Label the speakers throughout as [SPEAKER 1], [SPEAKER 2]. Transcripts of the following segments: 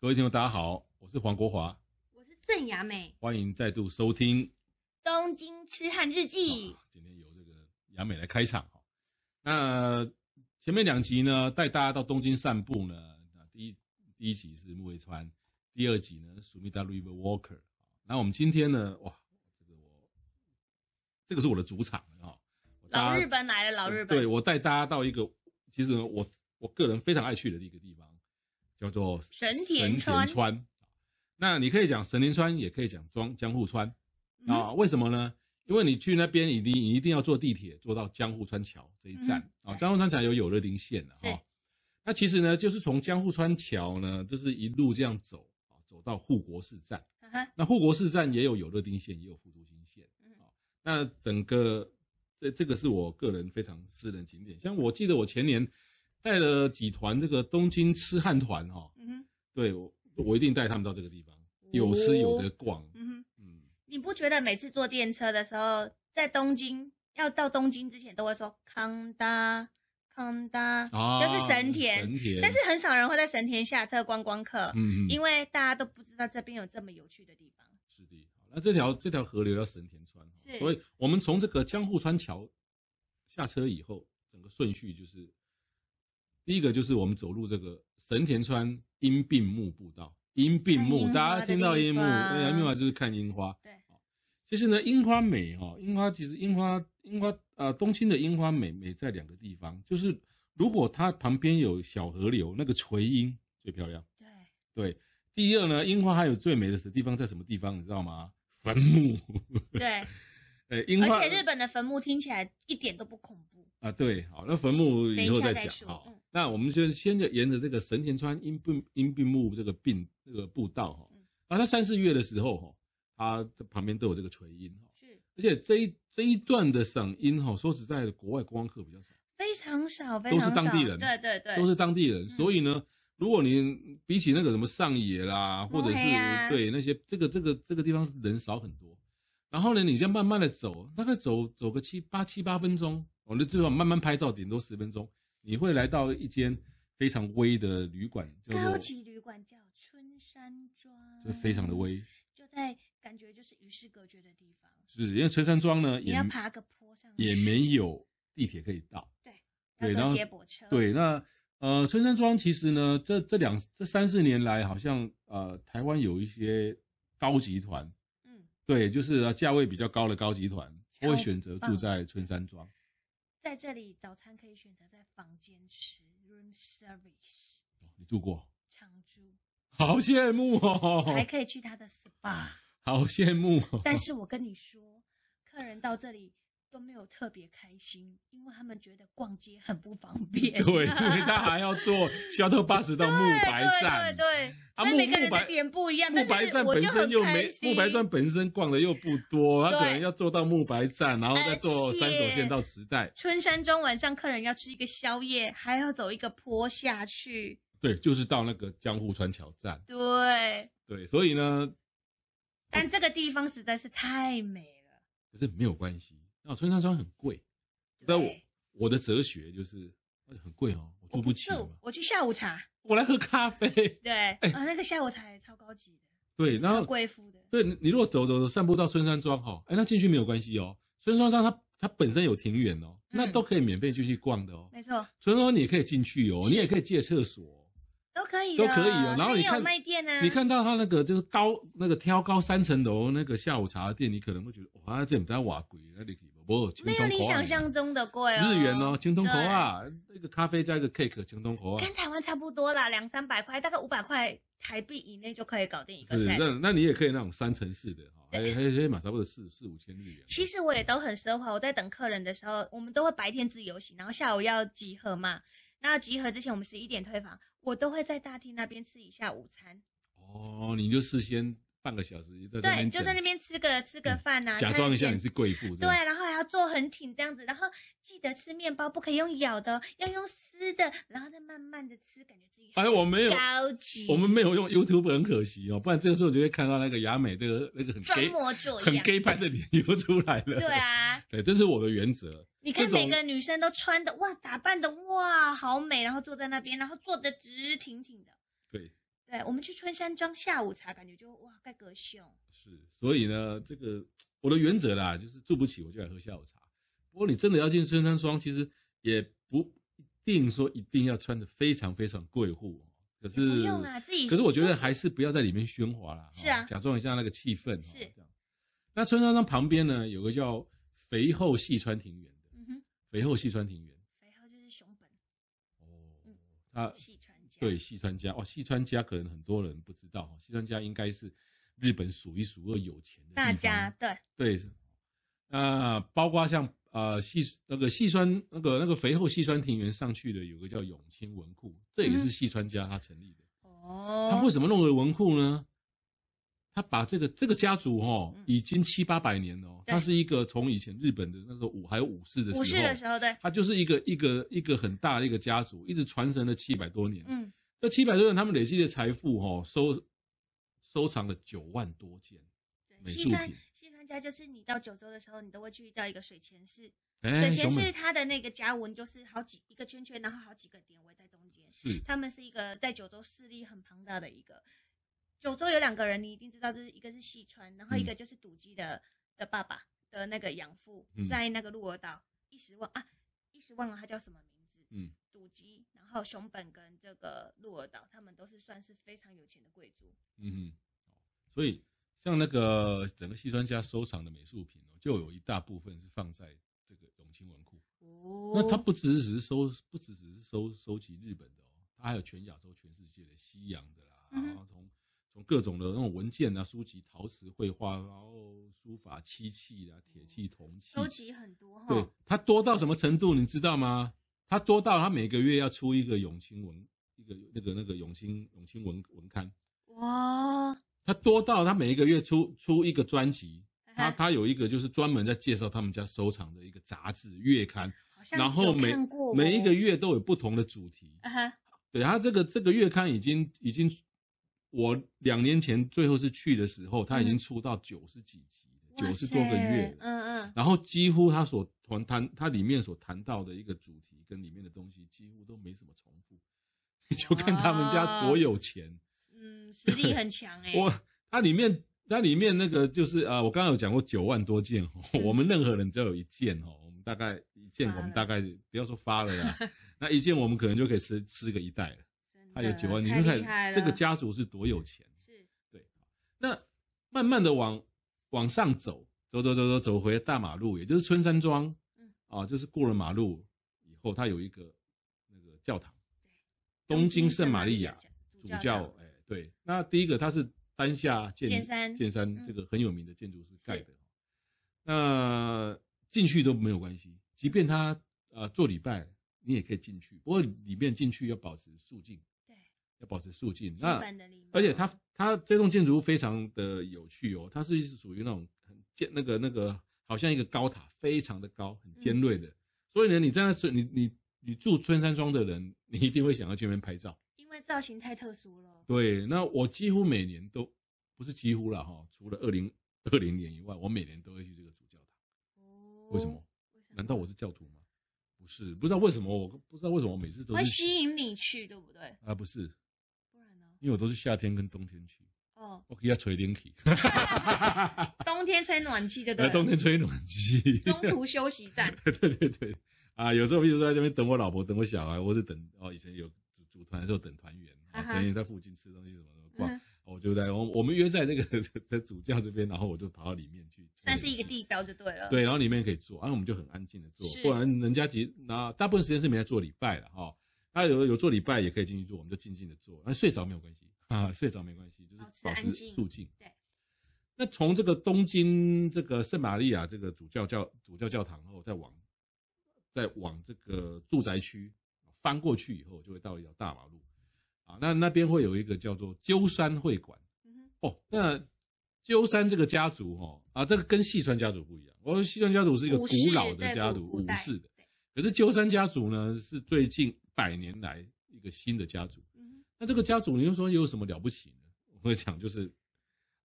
[SPEAKER 1] 各位听众，大家好，我是黄国华，
[SPEAKER 2] 我是郑雅美，
[SPEAKER 1] 欢迎再度收听
[SPEAKER 2] 《东京痴汉日记》
[SPEAKER 1] 啊今天由这个雅美来开场哈。那前面两集呢，带大家到东京散步呢，那第一第一集是木卫川，第二集呢是 Sumida River Walker。那我们今天呢，哇，这个我这个是我的主场啊，我
[SPEAKER 2] 老
[SPEAKER 1] 大家
[SPEAKER 2] 日本来了，老日本。
[SPEAKER 1] 对我带大家到一个，其实呢我我个人非常爱去的一个地方，叫做
[SPEAKER 2] 神田川
[SPEAKER 1] 川那你可以讲神田川，也可以讲庄江户川。
[SPEAKER 2] 嗯，
[SPEAKER 1] 啊、为什么呢？因为你去那边，一定你一定要坐地铁，坐到江户川桥这一站啊、
[SPEAKER 2] 嗯
[SPEAKER 1] 江户川桥有有乐町线的
[SPEAKER 2] 是
[SPEAKER 1] 哈、那其实呢，就是从江户川桥呢，就是一路这样走啊，走到护国寺站。
[SPEAKER 2] 嗯哼
[SPEAKER 1] 那护国寺站也有有乐町线，也有富都新线。啊
[SPEAKER 2] 嗯
[SPEAKER 1] 那整个这这个是我个人非常私人景点。像我记得我前年带了几团这个东京痴汉团哈、哦，
[SPEAKER 2] 嗯哼
[SPEAKER 1] 对我我一定带他们到这个地方，有吃有得逛，
[SPEAKER 2] 嗯哼，
[SPEAKER 1] 嗯。
[SPEAKER 2] 你不觉得每次坐电车的时候，在东京要到东京之前都会说康达康达，
[SPEAKER 1] 啊，
[SPEAKER 2] 就是神田，
[SPEAKER 1] 神田，
[SPEAKER 2] 但是很少人会在神田下车观光客，
[SPEAKER 1] 嗯，嗯，
[SPEAKER 2] 因为大家都不知道这边有这么有趣的地方。
[SPEAKER 1] 是的。那这条这条河流叫神田川，
[SPEAKER 2] 是
[SPEAKER 1] 所以我们从这个江户川桥下车以后，整个顺序就是第一个就是我们走入这个神田川樱并木步道，樱并
[SPEAKER 2] 看樱
[SPEAKER 1] 木，
[SPEAKER 2] 花
[SPEAKER 1] 大家
[SPEAKER 2] 的
[SPEAKER 1] 听到
[SPEAKER 2] 地
[SPEAKER 1] 樱木，
[SPEAKER 2] 方
[SPEAKER 1] 对，樱木就是看樱花。
[SPEAKER 2] 对，
[SPEAKER 1] 其实呢，樱花美哈、哦，樱花其实樱花樱花呃，东京的樱花美美在两个地方，就是如果它旁边有小河流，那个垂樱最漂亮。
[SPEAKER 2] 对，
[SPEAKER 1] 对，第二呢，樱花还有最美的地方在什么地方？你知道吗？坟墓。
[SPEAKER 2] 对，
[SPEAKER 1] 呃，樱花
[SPEAKER 2] 而且日本的坟墓听起来一点都不恐怖。
[SPEAKER 1] 啊，对，好，那坟墓以后再
[SPEAKER 2] 等一
[SPEAKER 1] 讲
[SPEAKER 2] 下再说
[SPEAKER 1] 哈、
[SPEAKER 2] 嗯
[SPEAKER 1] 那我们就先就沿着这个神田川樱并樱并木这个并这个步道哈、
[SPEAKER 2] 嗯
[SPEAKER 1] 啊，它三四月的时候哈、它这旁边都有这个垂樱哈、
[SPEAKER 2] 是
[SPEAKER 1] 而且这一这一段的赏樱哈、说实在的，国外观光客比较少，
[SPEAKER 2] 非常少，非
[SPEAKER 1] 都
[SPEAKER 2] 常
[SPEAKER 1] 是
[SPEAKER 2] 少，
[SPEAKER 1] 当地人
[SPEAKER 2] 对对对，
[SPEAKER 1] 都是当地人，
[SPEAKER 2] 嗯
[SPEAKER 1] 所以呢，如果你比起那个什么上野啦，或
[SPEAKER 2] 摸
[SPEAKER 1] 者是
[SPEAKER 2] 黑啊
[SPEAKER 1] 对那些这个这个这个地方人少很多，然后呢，你这样慢慢的走，大概走走个七八七八分钟，我们最好慢慢拍照，顶多十分钟，你会来到一间非常威的旅馆，叫
[SPEAKER 2] 高
[SPEAKER 1] 做
[SPEAKER 2] 级旅馆叫春山庄，
[SPEAKER 1] 就非常的，威，
[SPEAKER 2] 就在感觉就是与世隔绝的地方。
[SPEAKER 1] 是因为春山庄呢
[SPEAKER 2] 你
[SPEAKER 1] 也
[SPEAKER 2] 要爬个坡上去
[SPEAKER 1] 也没有地铁可以到。对然
[SPEAKER 2] 要坐
[SPEAKER 1] 后
[SPEAKER 2] 接驳车，，
[SPEAKER 1] 对，那呃，春山庄其实呢，这这两这三四年来，好像呃，台湾有一些高级团，
[SPEAKER 2] 嗯，
[SPEAKER 1] 对，就是呃价位比较高的高级团，
[SPEAKER 2] 超
[SPEAKER 1] 会选择住
[SPEAKER 2] 棒
[SPEAKER 1] 在春山庄。哦
[SPEAKER 2] 在这里早餐可以选择在房间吃 （room service）
[SPEAKER 1] 你住过？
[SPEAKER 2] 长住，
[SPEAKER 1] 好羡慕
[SPEAKER 2] 还
[SPEAKER 1] 哦，
[SPEAKER 2] 可以去他 的 SPA。
[SPEAKER 1] 好羡慕 哦。
[SPEAKER 2] 但是我跟你说，客人到这里都没有特别开心，因为他们觉得逛街很不方便。
[SPEAKER 1] 对，因为 他还要坐 shuttle bus 到木白站，
[SPEAKER 2] 对对
[SPEAKER 1] 啊
[SPEAKER 2] 对，所以
[SPEAKER 1] 木
[SPEAKER 2] 每个
[SPEAKER 1] 木
[SPEAKER 2] 人
[SPEAKER 1] 白
[SPEAKER 2] 的点不一样。
[SPEAKER 1] 木白站本身又没木白站本身逛的又不多，他可
[SPEAKER 2] 对
[SPEAKER 1] 能要坐到木白站，然后再坐
[SPEAKER 2] 而且
[SPEAKER 1] 三手线到池袋。
[SPEAKER 2] 春山庄晚上客人要吃一个宵夜，还要走一个坡下去。
[SPEAKER 1] 对，就是到那个江户川桥站。
[SPEAKER 2] 对，
[SPEAKER 1] 对，所以呢，
[SPEAKER 2] 但这个地方实在是太美了。
[SPEAKER 1] 可是没有关系。那春山庄很贵，
[SPEAKER 2] 对
[SPEAKER 1] 但我我的哲学就是哎很贵哦，我住不起
[SPEAKER 2] 我
[SPEAKER 1] 嘛，
[SPEAKER 2] 我去下午茶。
[SPEAKER 1] 我来喝咖啡。
[SPEAKER 2] 对，啊，那个下午茶也超高级的，
[SPEAKER 1] 对，哎然
[SPEAKER 2] 超
[SPEAKER 1] 后
[SPEAKER 2] 贵妇的。
[SPEAKER 1] 对你你如果走走走散步到春山庄哈，哎，那进去没有关系哦。春山庄它它本身有庭园哦，
[SPEAKER 2] 嗯
[SPEAKER 1] 那都可以免费进去逛的哦。
[SPEAKER 2] 没错，
[SPEAKER 1] 春山庄你也可以进去哦，你也可以借厕所哦。
[SPEAKER 2] 都可以的，
[SPEAKER 1] 都可以哦然后
[SPEAKER 2] 那
[SPEAKER 1] 你
[SPEAKER 2] 也有
[SPEAKER 1] 看
[SPEAKER 2] 卖店啊，
[SPEAKER 1] 你看到他那个就是高那个挑高三层楼那个下午茶的店，你可能会觉得哇，这不在瓦鬼那里不，
[SPEAKER 2] 没有你想象中的贵哦，
[SPEAKER 1] 啊日元哦，青铜头
[SPEAKER 2] 对，
[SPEAKER 1] 啊，那个咖啡加一个 cake，青铜头啊，
[SPEAKER 2] 跟台湾差不多啦，两三百块，大概五百块台币以内就可以搞定一个
[SPEAKER 1] 是
[SPEAKER 2] set。
[SPEAKER 1] 那那你也可以那种三层式的哈，还还还买差不多四四五千日元。
[SPEAKER 2] 其实我也都很奢华，我在等客人的时候，我们都会白天自由行，然后下午要集合嘛。那集合之前，我们十一点退房，我都会在大厅那边吃一下午餐，
[SPEAKER 1] 哦，你就事先半个小时在那
[SPEAKER 2] 对，
[SPEAKER 1] 边
[SPEAKER 2] 就在那
[SPEAKER 1] 等嗯
[SPEAKER 2] 边吃个吃个饭呐、啊，
[SPEAKER 1] 假
[SPEAKER 2] 看
[SPEAKER 1] 装一下
[SPEAKER 2] 电
[SPEAKER 1] 你是贵妇，这
[SPEAKER 2] 对，
[SPEAKER 1] 样
[SPEAKER 2] 然后还要坐很挺这样子，然后记得吃面包不可以用咬的哦，要用撕的，然后再慢慢的吃，感觉自己
[SPEAKER 1] 哎，我没有，
[SPEAKER 2] 高级，
[SPEAKER 1] 我们没有用 YouTube，很可惜哦，不然这个时候就会看到那个雅美这个那个很
[SPEAKER 2] 装
[SPEAKER 1] gay
[SPEAKER 2] 模作
[SPEAKER 1] 很
[SPEAKER 2] 样。
[SPEAKER 1] gay 般的脸又出来了。
[SPEAKER 2] 对， 啊，
[SPEAKER 1] 对，这是我的原则。
[SPEAKER 2] 你看
[SPEAKER 1] 这种
[SPEAKER 2] 每个女生都穿的哇，打扮的哇，好美，然后坐在那边，然后坐的直挺挺的。
[SPEAKER 1] 对，
[SPEAKER 2] 对，我们去春山庄下午茶，感觉就哇，盖哦个胸。
[SPEAKER 1] 是，所以呢，这个我的原则啦，就是住不起我就来喝下午茶。不过你真的要进春山庄，其实也不一定说一定要穿的非常非常贵妇哦，可是
[SPEAKER 2] 不用啦，自己
[SPEAKER 1] 可是我觉得
[SPEAKER 2] 舒服
[SPEAKER 1] 还是不要在里面喧哗啦，
[SPEAKER 2] 是啊
[SPEAKER 1] 哦假装一下那个气氛、哦，
[SPEAKER 2] 是
[SPEAKER 1] 这样。那春山庄旁边呢，有个叫肥后细川庭园的，
[SPEAKER 2] 嗯哼，
[SPEAKER 1] 肥后细川庭园
[SPEAKER 2] 肥后就是熊本
[SPEAKER 1] 哦
[SPEAKER 2] 嗯，
[SPEAKER 1] 它
[SPEAKER 2] 细川家，
[SPEAKER 1] 呃对，细川家哦，细川家可能很多人不知道哦，细川家应该是日本数一数二有钱的地
[SPEAKER 2] 大
[SPEAKER 1] 方
[SPEAKER 2] 家对，
[SPEAKER 1] 对，那、包括像呃细那个细川那个那个肥后细川庭园上去的有个叫永清文库，这也
[SPEAKER 2] 嗯
[SPEAKER 1] 是
[SPEAKER 2] 哼
[SPEAKER 1] 细川家他成立的。
[SPEAKER 2] 哦，
[SPEAKER 1] 他为什么弄了文库呢？他把这个这个家族哦
[SPEAKER 2] 嗯，
[SPEAKER 1] 已经七八百年了、哦，
[SPEAKER 2] 对
[SPEAKER 1] 他是一个从以前日本的那时候武还有武士的时候，
[SPEAKER 2] 武士的时候对，
[SPEAKER 1] 他就是一个一个一个很大的一个家族，一直传承了七百多年。
[SPEAKER 2] 嗯，
[SPEAKER 1] 这七百多人他们累积的财富哦，收收藏了九万多件美
[SPEAKER 2] 对，
[SPEAKER 1] 术
[SPEAKER 2] 西川
[SPEAKER 1] 品。
[SPEAKER 2] 西川家就是你到九州的时候，你都会去到一个水前寺，
[SPEAKER 1] 哎
[SPEAKER 2] 水前
[SPEAKER 1] 熊
[SPEAKER 2] 寺
[SPEAKER 1] 本
[SPEAKER 2] 它的那个家纹就是好几一个圈圈，然后好几个点围在中间。
[SPEAKER 1] 是
[SPEAKER 2] 他们是一个在九州势力很庞大的一个。九州有两个人，你一定知道，就是一个是细川，然后
[SPEAKER 1] 嗯
[SPEAKER 2] 一个就是赌鸡的、的爸爸的那个养父
[SPEAKER 1] 嗯，
[SPEAKER 2] 在那个鹿儿岛，一时忘啊，一时忘了他叫什么名字。
[SPEAKER 1] 嗯，
[SPEAKER 2] 赌鸡，然后熊本跟这个鹿儿岛，他们都是算是非常有钱的贵族。
[SPEAKER 1] 嗯，所以像那个整个西川家收藏的美术品哦，就有一大部分是放在这个永清文库。
[SPEAKER 2] 哦
[SPEAKER 1] 那他不只是只是收，不只只是收收集日本的哦，他还有全亚洲、全世界的西洋的啦，
[SPEAKER 2] 嗯哼
[SPEAKER 1] 然后从从各种的那种文件啊、书籍、陶瓷、绘画，然后书法、漆器啊、铁器、铜器，
[SPEAKER 2] 收集很多哈。
[SPEAKER 1] 对他多到什么程度，你知道吗？他多到他每个月要出一个永清文，一个那个那个永清永清文文刊，
[SPEAKER 2] 哇，
[SPEAKER 1] 他多到他每一个月出出一个专辑。他
[SPEAKER 2] 哈哈
[SPEAKER 1] 他有一个就是专门在介绍他们家收藏的一个杂志月刊，
[SPEAKER 2] 好像
[SPEAKER 1] 然后
[SPEAKER 2] 有
[SPEAKER 1] 每
[SPEAKER 2] 看过
[SPEAKER 1] 每一个
[SPEAKER 2] 哦，
[SPEAKER 1] 月都有不同的主题。
[SPEAKER 2] 啊哈
[SPEAKER 1] 对他这个这个月刊已经已经，我两年前最后是去的时候，他已经出到九十几集了，九
[SPEAKER 2] 哇
[SPEAKER 1] 十多个月
[SPEAKER 2] 塞
[SPEAKER 1] 了。
[SPEAKER 2] 嗯嗯，
[SPEAKER 1] 然后几乎他所谈谈他里面所谈到的一个主题跟里面的东西几乎都没什么重复， 你就看他们家多有钱。
[SPEAKER 2] 嗯，实力 很强哎、
[SPEAKER 1] 我它里面它里面那个就是啊，呃我刚刚有讲过九万多件哦，
[SPEAKER 2] 嗯
[SPEAKER 1] 我们任何人只要有一件哦，我们大概一件
[SPEAKER 2] 发了
[SPEAKER 1] 我们大概不要说发了啦，那一件我们可能就可以吃吃个一袋了。
[SPEAKER 2] 真
[SPEAKER 1] 它有
[SPEAKER 2] 的
[SPEAKER 1] 九啊万，你
[SPEAKER 2] 嗯太
[SPEAKER 1] 看
[SPEAKER 2] 厉害
[SPEAKER 1] 看
[SPEAKER 2] 了
[SPEAKER 1] 这个家族是多有钱。
[SPEAKER 2] 是
[SPEAKER 1] 对，那慢慢的往往上走，走走走走走回大马路，也就是春山庄
[SPEAKER 2] 嗯，
[SPEAKER 1] 啊，就是过了马路以后，它有一个那个教堂，
[SPEAKER 2] 对
[SPEAKER 1] 东京圣玛利亚主
[SPEAKER 2] 教
[SPEAKER 1] 教
[SPEAKER 2] 堂，
[SPEAKER 1] 哎，对，那第一个它是丹下建
[SPEAKER 2] 建山
[SPEAKER 1] 建山
[SPEAKER 2] 嗯
[SPEAKER 1] 这个很有名的建筑师盖的，那进去都没有关系，即便他呃做礼拜，你也可以进去，不过里面进去要保持肃静，
[SPEAKER 2] 对，
[SPEAKER 1] 要保持肃静。
[SPEAKER 2] 基
[SPEAKER 1] 那
[SPEAKER 2] 本的礼貌，
[SPEAKER 1] 而且它它这栋建筑物非常的有趣哦，它是属于那种很尖那个那个，好像一个高塔，非常的高，很尖
[SPEAKER 2] 嗯
[SPEAKER 1] 锐的。所以呢，你在那村，你你你住春山庄的人，你一定会想要去那边拍照。
[SPEAKER 2] 因为造型太特殊了，
[SPEAKER 1] 对，那我几乎每年都不是几乎了哈，除了二零二零年以外，我每年都会去这个主教堂。
[SPEAKER 2] 哦
[SPEAKER 1] 为什么？？
[SPEAKER 2] 为什么
[SPEAKER 1] 难道我是教徒吗？不是，不知道为什么，我不知道为什么我每次都
[SPEAKER 2] 会
[SPEAKER 1] 是
[SPEAKER 2] 吸引你去，对不对？
[SPEAKER 1] 啊，不是，
[SPEAKER 2] 不然呢？
[SPEAKER 1] 因为我都是夏天跟冬天去，
[SPEAKER 2] 哦，
[SPEAKER 1] 我给它吹冷气。
[SPEAKER 2] 冬天吹暖气就对
[SPEAKER 1] 呃，
[SPEAKER 2] 了，
[SPEAKER 1] 冬天吹暖气。，
[SPEAKER 2] 中途休息站
[SPEAKER 1] 对对对，啊，有时候譬如说在这边等我老婆、等我小孩，或是等哦，以前有组组团的时候等团员，啊，
[SPEAKER 2] 啊哈
[SPEAKER 1] 团员在附近吃东西什么什么逛，
[SPEAKER 2] 嗯
[SPEAKER 1] 我就在我我们约在这个 在主教这边，然后我就跑到里面去，
[SPEAKER 2] 算是一个。地标就对了。，
[SPEAKER 1] 对，然后里面可以坐，然、后我们就很安静的坐，
[SPEAKER 2] 是
[SPEAKER 1] 不然人家其那大部分时间是没在做礼拜了哈。那、有有做礼拜也可以进去做，我们就静静的做，那、睡着没有关系啊，睡着没关系，就是
[SPEAKER 2] 保持
[SPEAKER 1] 保
[SPEAKER 2] 哦安
[SPEAKER 1] 持
[SPEAKER 2] 静
[SPEAKER 1] 肃静。
[SPEAKER 2] 对。
[SPEAKER 1] 那从这个东京这个圣玛利亚这个主教教主教教堂后，再往再往这个住宅区翻过去以后，就会到一条大马路啊。那那边会有一个叫做鸠山会馆
[SPEAKER 2] 嗯哼
[SPEAKER 1] 哦。那鸠山这个家族哦，啊，这个跟细川家族不一样。我说细川家族是一个古
[SPEAKER 2] 武士
[SPEAKER 1] 老的
[SPEAKER 2] 对
[SPEAKER 1] 家
[SPEAKER 2] 古
[SPEAKER 1] 族，
[SPEAKER 2] 古
[SPEAKER 1] 武
[SPEAKER 2] 代
[SPEAKER 1] 士的。
[SPEAKER 2] 对
[SPEAKER 1] 可是鸠山家族呢，是最近百年来一个新的家族。
[SPEAKER 2] 嗯
[SPEAKER 1] 那这个家族，你又说有什么了不起呢？我会讲就是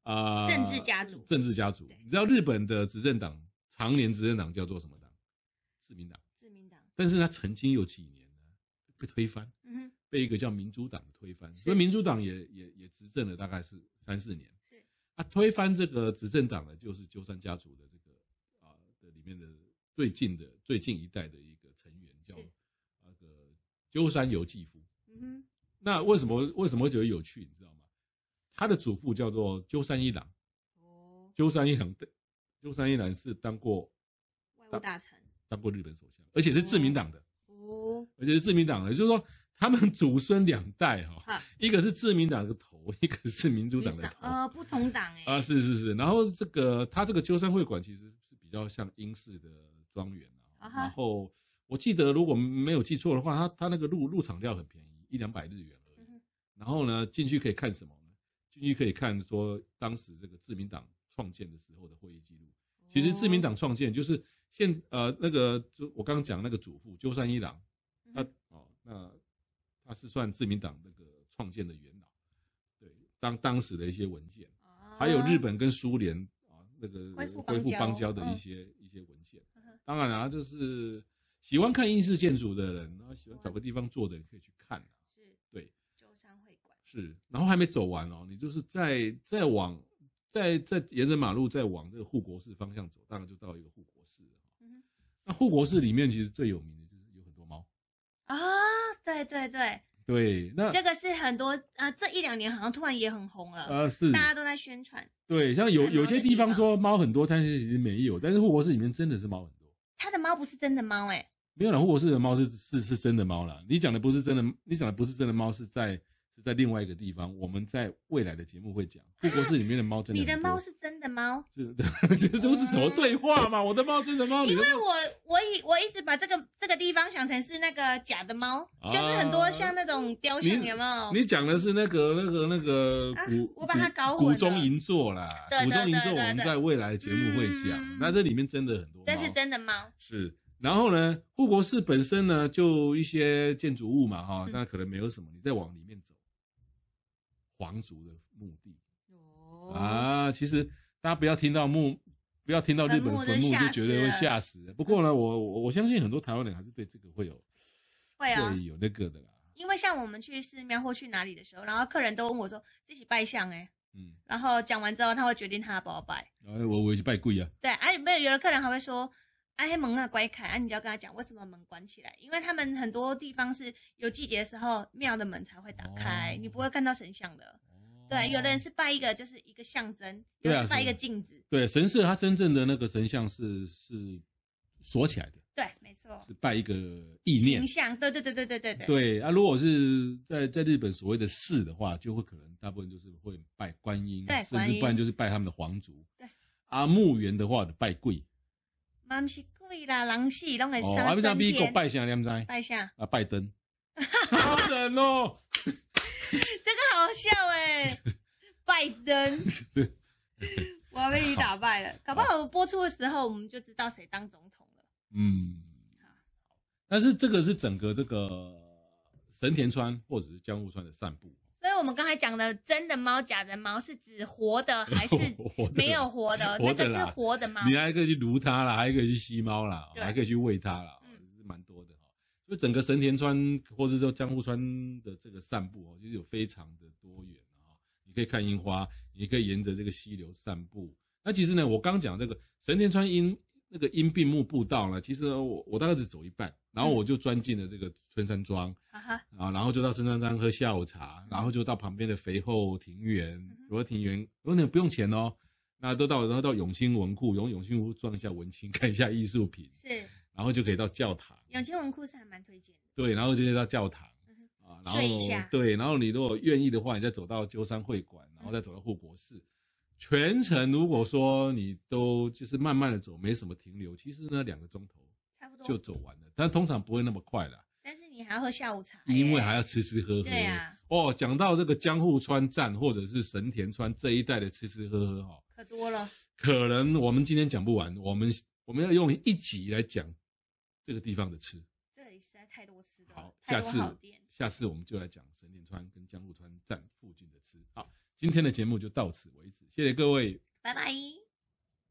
[SPEAKER 1] 啊、
[SPEAKER 2] 哼政治家族，
[SPEAKER 1] 政治家族
[SPEAKER 2] 对。
[SPEAKER 1] 你知道日本的执政党常年执政党叫做什么党？自民党。
[SPEAKER 2] 自民党，
[SPEAKER 1] 但是他曾经有几年呢被推翻，
[SPEAKER 2] 嗯哼，
[SPEAKER 1] 被一个叫民主党的推翻，
[SPEAKER 2] 是
[SPEAKER 1] 所以民主党也也也执政了大概是三四年。
[SPEAKER 2] 是
[SPEAKER 1] 啊，推翻这个执政党呢，就是鸠山家族的这个啊的里面的最近的最近一代的一个成员叫
[SPEAKER 2] 是
[SPEAKER 1] 那个鸠山由纪夫。
[SPEAKER 2] 嗯哼，
[SPEAKER 1] 那为什么为什么会觉得有趣？你知道吗？他的祖父叫做鸠山一郎，
[SPEAKER 2] 哦，
[SPEAKER 1] 鸠山一郎的鸠山一郎是当过
[SPEAKER 2] 外务大臣，
[SPEAKER 1] 当过日本首相，而且是自民党的，
[SPEAKER 2] 哦，
[SPEAKER 1] 而且是自民党的，就是说他们祖孙两代哈、
[SPEAKER 2] 哈，
[SPEAKER 1] 一个是自民党的头，一个是民主党的头
[SPEAKER 2] 哦
[SPEAKER 1] 啊、
[SPEAKER 3] 呃，不同党哎、
[SPEAKER 1] 是是是。然后这个他这个鸠山会馆其实是比较像英式的庄园啊。
[SPEAKER 3] 啊哈
[SPEAKER 1] 然后我记得如果没有记错的话，他他那个入入场料很便宜，一两百日元而已
[SPEAKER 2] 嗯。哼
[SPEAKER 1] 然后呢，进去可以看什么呢？进去可以看说当时这个自民党创建的时候的会议记录。其实自民党创建就是现呃那个就我刚刚讲那个祖父鸠山一郎，他
[SPEAKER 2] 嗯
[SPEAKER 1] 哦那他是算自民党那个创建的元老，对当当时的一些文件，
[SPEAKER 2] 哦
[SPEAKER 1] 还有日，本跟苏联啊那个
[SPEAKER 2] 恢复
[SPEAKER 1] 恢
[SPEAKER 2] 邦
[SPEAKER 1] 复
[SPEAKER 2] 交
[SPEAKER 1] 邦交的一
[SPEAKER 2] 嗯
[SPEAKER 1] 些、一些文件。
[SPEAKER 2] 呵呵
[SPEAKER 1] 当然啦、就是喜欢看英式建筑的人，然后喜欢找个地方坐的，你可以去看、啊。
[SPEAKER 2] 是
[SPEAKER 1] 对，
[SPEAKER 2] 鸠山会馆，
[SPEAKER 1] 是，然后还没走完哦，你就是再再往再再沿着马路再往这个护国寺方向走，大概就到一个护国寺了。
[SPEAKER 2] 嗯
[SPEAKER 1] 那护国寺里面其实最有名的就是有很多猫。
[SPEAKER 2] 哼，啊，对对对，
[SPEAKER 1] 对，那
[SPEAKER 2] 这个是很多呃，这一两年好像突然也很红了，
[SPEAKER 1] 呃是
[SPEAKER 2] 大家都在宣传。
[SPEAKER 1] 对，像有
[SPEAKER 2] 养猫
[SPEAKER 1] 有些
[SPEAKER 2] 的
[SPEAKER 1] 地
[SPEAKER 2] 地
[SPEAKER 1] 方
[SPEAKER 2] 方
[SPEAKER 1] 说猫很多，但是其实没有。但是护国寺里面真的是猫很多，
[SPEAKER 2] 他的猫不是真的猫哎、
[SPEAKER 1] 没有啦，护国寺的猫是是是真的猫啦。你讲的不是真的，你讲的不是真的猫，是在是在另外一个地方。我们在未来的节目会讲护国寺里面的猫真的
[SPEAKER 2] 你
[SPEAKER 1] 很多。
[SPEAKER 2] 的猫是真的猫？
[SPEAKER 1] 就这这不是 什么对话嘛？我的猫真的猫，你的
[SPEAKER 2] 因为
[SPEAKER 1] 猫
[SPEAKER 2] 我我以我一直把这个这个地方想成是那个假的猫，
[SPEAKER 1] 啊
[SPEAKER 2] 就是很多像那种雕像，
[SPEAKER 1] 你
[SPEAKER 2] 有没有？
[SPEAKER 1] 你讲的是那个那个那个
[SPEAKER 2] 啊
[SPEAKER 1] 古，
[SPEAKER 2] 我把它搞混
[SPEAKER 1] 古
[SPEAKER 2] 了
[SPEAKER 1] 古中银座啦，
[SPEAKER 2] 对对
[SPEAKER 1] 古中银座
[SPEAKER 2] 对
[SPEAKER 1] 我
[SPEAKER 2] 对
[SPEAKER 1] 们
[SPEAKER 2] 对
[SPEAKER 1] 在未来的节目会讲。
[SPEAKER 2] 嗯
[SPEAKER 1] 那这里面真的很多猫，
[SPEAKER 2] 这是真的猫，
[SPEAKER 1] 是。然后呢，护国寺本身呢，就一些建筑物嘛，哈，
[SPEAKER 2] 嗯
[SPEAKER 1] 那可能没有什么。你再往里面走，皇族的墓地
[SPEAKER 3] 哦
[SPEAKER 1] 啊，其实大家不要听到墓，不要听到日本的坟
[SPEAKER 2] 坟墓
[SPEAKER 1] 墓
[SPEAKER 2] 就吓
[SPEAKER 1] 就觉得会
[SPEAKER 2] 死了
[SPEAKER 1] 吓死。不过呢，我我我相信很多台湾人还是对这个会有
[SPEAKER 2] 会啊。
[SPEAKER 1] 会有那个的啦，
[SPEAKER 2] 因为像我们去寺庙或去哪里的时候，然后客人都问我说这是拜相哎、
[SPEAKER 1] 嗯，
[SPEAKER 2] 然后讲完之后他会决定他要不要拜。
[SPEAKER 1] 哎，我我去拜跪啊，
[SPEAKER 2] 对，哎、没有有的客人还会说。哎、黑门啊，关开！啊，你就要跟他讲为什么门关起来，因为他们很多地方是有季节的时候，庙的门才会打开，
[SPEAKER 1] 哦
[SPEAKER 2] 你不会看到神像的。对，有的人是拜一个就是一个象征，
[SPEAKER 1] 对
[SPEAKER 2] 有
[SPEAKER 1] 啊
[SPEAKER 2] 的是拜
[SPEAKER 1] 是
[SPEAKER 2] 一个镜子。
[SPEAKER 1] 对神社，它真正的那个神像是是锁起来的，
[SPEAKER 2] 对，没错
[SPEAKER 1] 是，拜一个意念
[SPEAKER 2] 形。象。对对对对对对对。
[SPEAKER 1] 对啊，如果是在在日本所谓的寺的话，就会可能大部分就是会拜观音，啊
[SPEAKER 2] 对
[SPEAKER 1] 甚
[SPEAKER 2] 观
[SPEAKER 1] 至
[SPEAKER 2] 音
[SPEAKER 1] 不然就是拜他们的皇族。
[SPEAKER 2] 对
[SPEAKER 1] 啊，墓园的话拜跪
[SPEAKER 2] 嘛不是鬼啦，狼系拢会上
[SPEAKER 1] 啊，不知道
[SPEAKER 2] 升
[SPEAKER 1] 咪狗
[SPEAKER 2] 天。
[SPEAKER 1] 拜啥，你们知道？
[SPEAKER 2] 拜一下，
[SPEAKER 1] 啊，拜灯，好冷哦。
[SPEAKER 2] 这个好笑哎、 拜登
[SPEAKER 1] 对，
[SPEAKER 2] 我要被你打败了。搞不好我播出的时候，我们就知道谁当总统了。
[SPEAKER 1] 嗯，但是这个是整个这个神田川或者是江户川的散步，
[SPEAKER 2] 所以我们刚才讲的真的猫、假的猫，是指活的还是
[SPEAKER 1] 活的
[SPEAKER 2] 没有活的？
[SPEAKER 1] 活
[SPEAKER 2] 这
[SPEAKER 1] 的
[SPEAKER 2] 个
[SPEAKER 1] 啦
[SPEAKER 2] 是活的猫。
[SPEAKER 1] 你还可以去撸它啦，还可以去吸猫啦，
[SPEAKER 2] 对
[SPEAKER 1] 还可以去喂它啦，哦
[SPEAKER 2] 嗯
[SPEAKER 1] 是蛮多的哈。就整个神田川或者说江户川的这个散步哦，就是有非常的多元啊。你可以看樱花，你可以沿着这个溪流散步。那其实呢，我刚讲这个神田川樱那个樱病木步道呢，其实呢我我大概只走一半，然后
[SPEAKER 2] 嗯
[SPEAKER 1] 我就钻进了这个春山庄，
[SPEAKER 2] 哈哈，
[SPEAKER 1] 啊，然后就到孙山山喝下午茶，然后就到旁边的肥后庭园
[SPEAKER 2] 嗯哼、
[SPEAKER 1] 左右庭园，如果你不用钱哦，那都到然后到永兴文库，用永兴文库撞一下文青， 看一下艺术品，
[SPEAKER 2] 是
[SPEAKER 1] 然后就可以到教堂，
[SPEAKER 2] 永清文库是还蛮推荐的。
[SPEAKER 1] 对，然后就可以到教堂
[SPEAKER 2] 嗯
[SPEAKER 1] 啊，然后
[SPEAKER 2] 睡一下
[SPEAKER 1] 对，然后你如果愿意的话，你再走到鸠山会馆，然后再走到护国寺，全程如果说你都就是慢慢的走，没什么停留，其实呢两个钟头
[SPEAKER 2] 差不
[SPEAKER 1] 就
[SPEAKER 2] 多，
[SPEAKER 1] 走完了，但通常不会那么快啦，
[SPEAKER 2] 但是你还要喝下午茶耶，
[SPEAKER 1] 因为还要吃吃喝喝。
[SPEAKER 2] 哎对啊，
[SPEAKER 1] 哦，讲到这个江户川站或者是神田川这一带的吃吃喝喝哈，
[SPEAKER 2] 可多了。
[SPEAKER 1] 可能我们今天讲不完，我们我们要用一集来讲这个地方的吃。
[SPEAKER 2] 这里实在太多吃的了，
[SPEAKER 1] 好，
[SPEAKER 2] 太
[SPEAKER 1] 下
[SPEAKER 2] 多
[SPEAKER 1] 次
[SPEAKER 2] 好店。
[SPEAKER 1] 下次我们就来讲神田川跟江户川站附近的吃。好，今天的节目就到此为止，谢谢各位，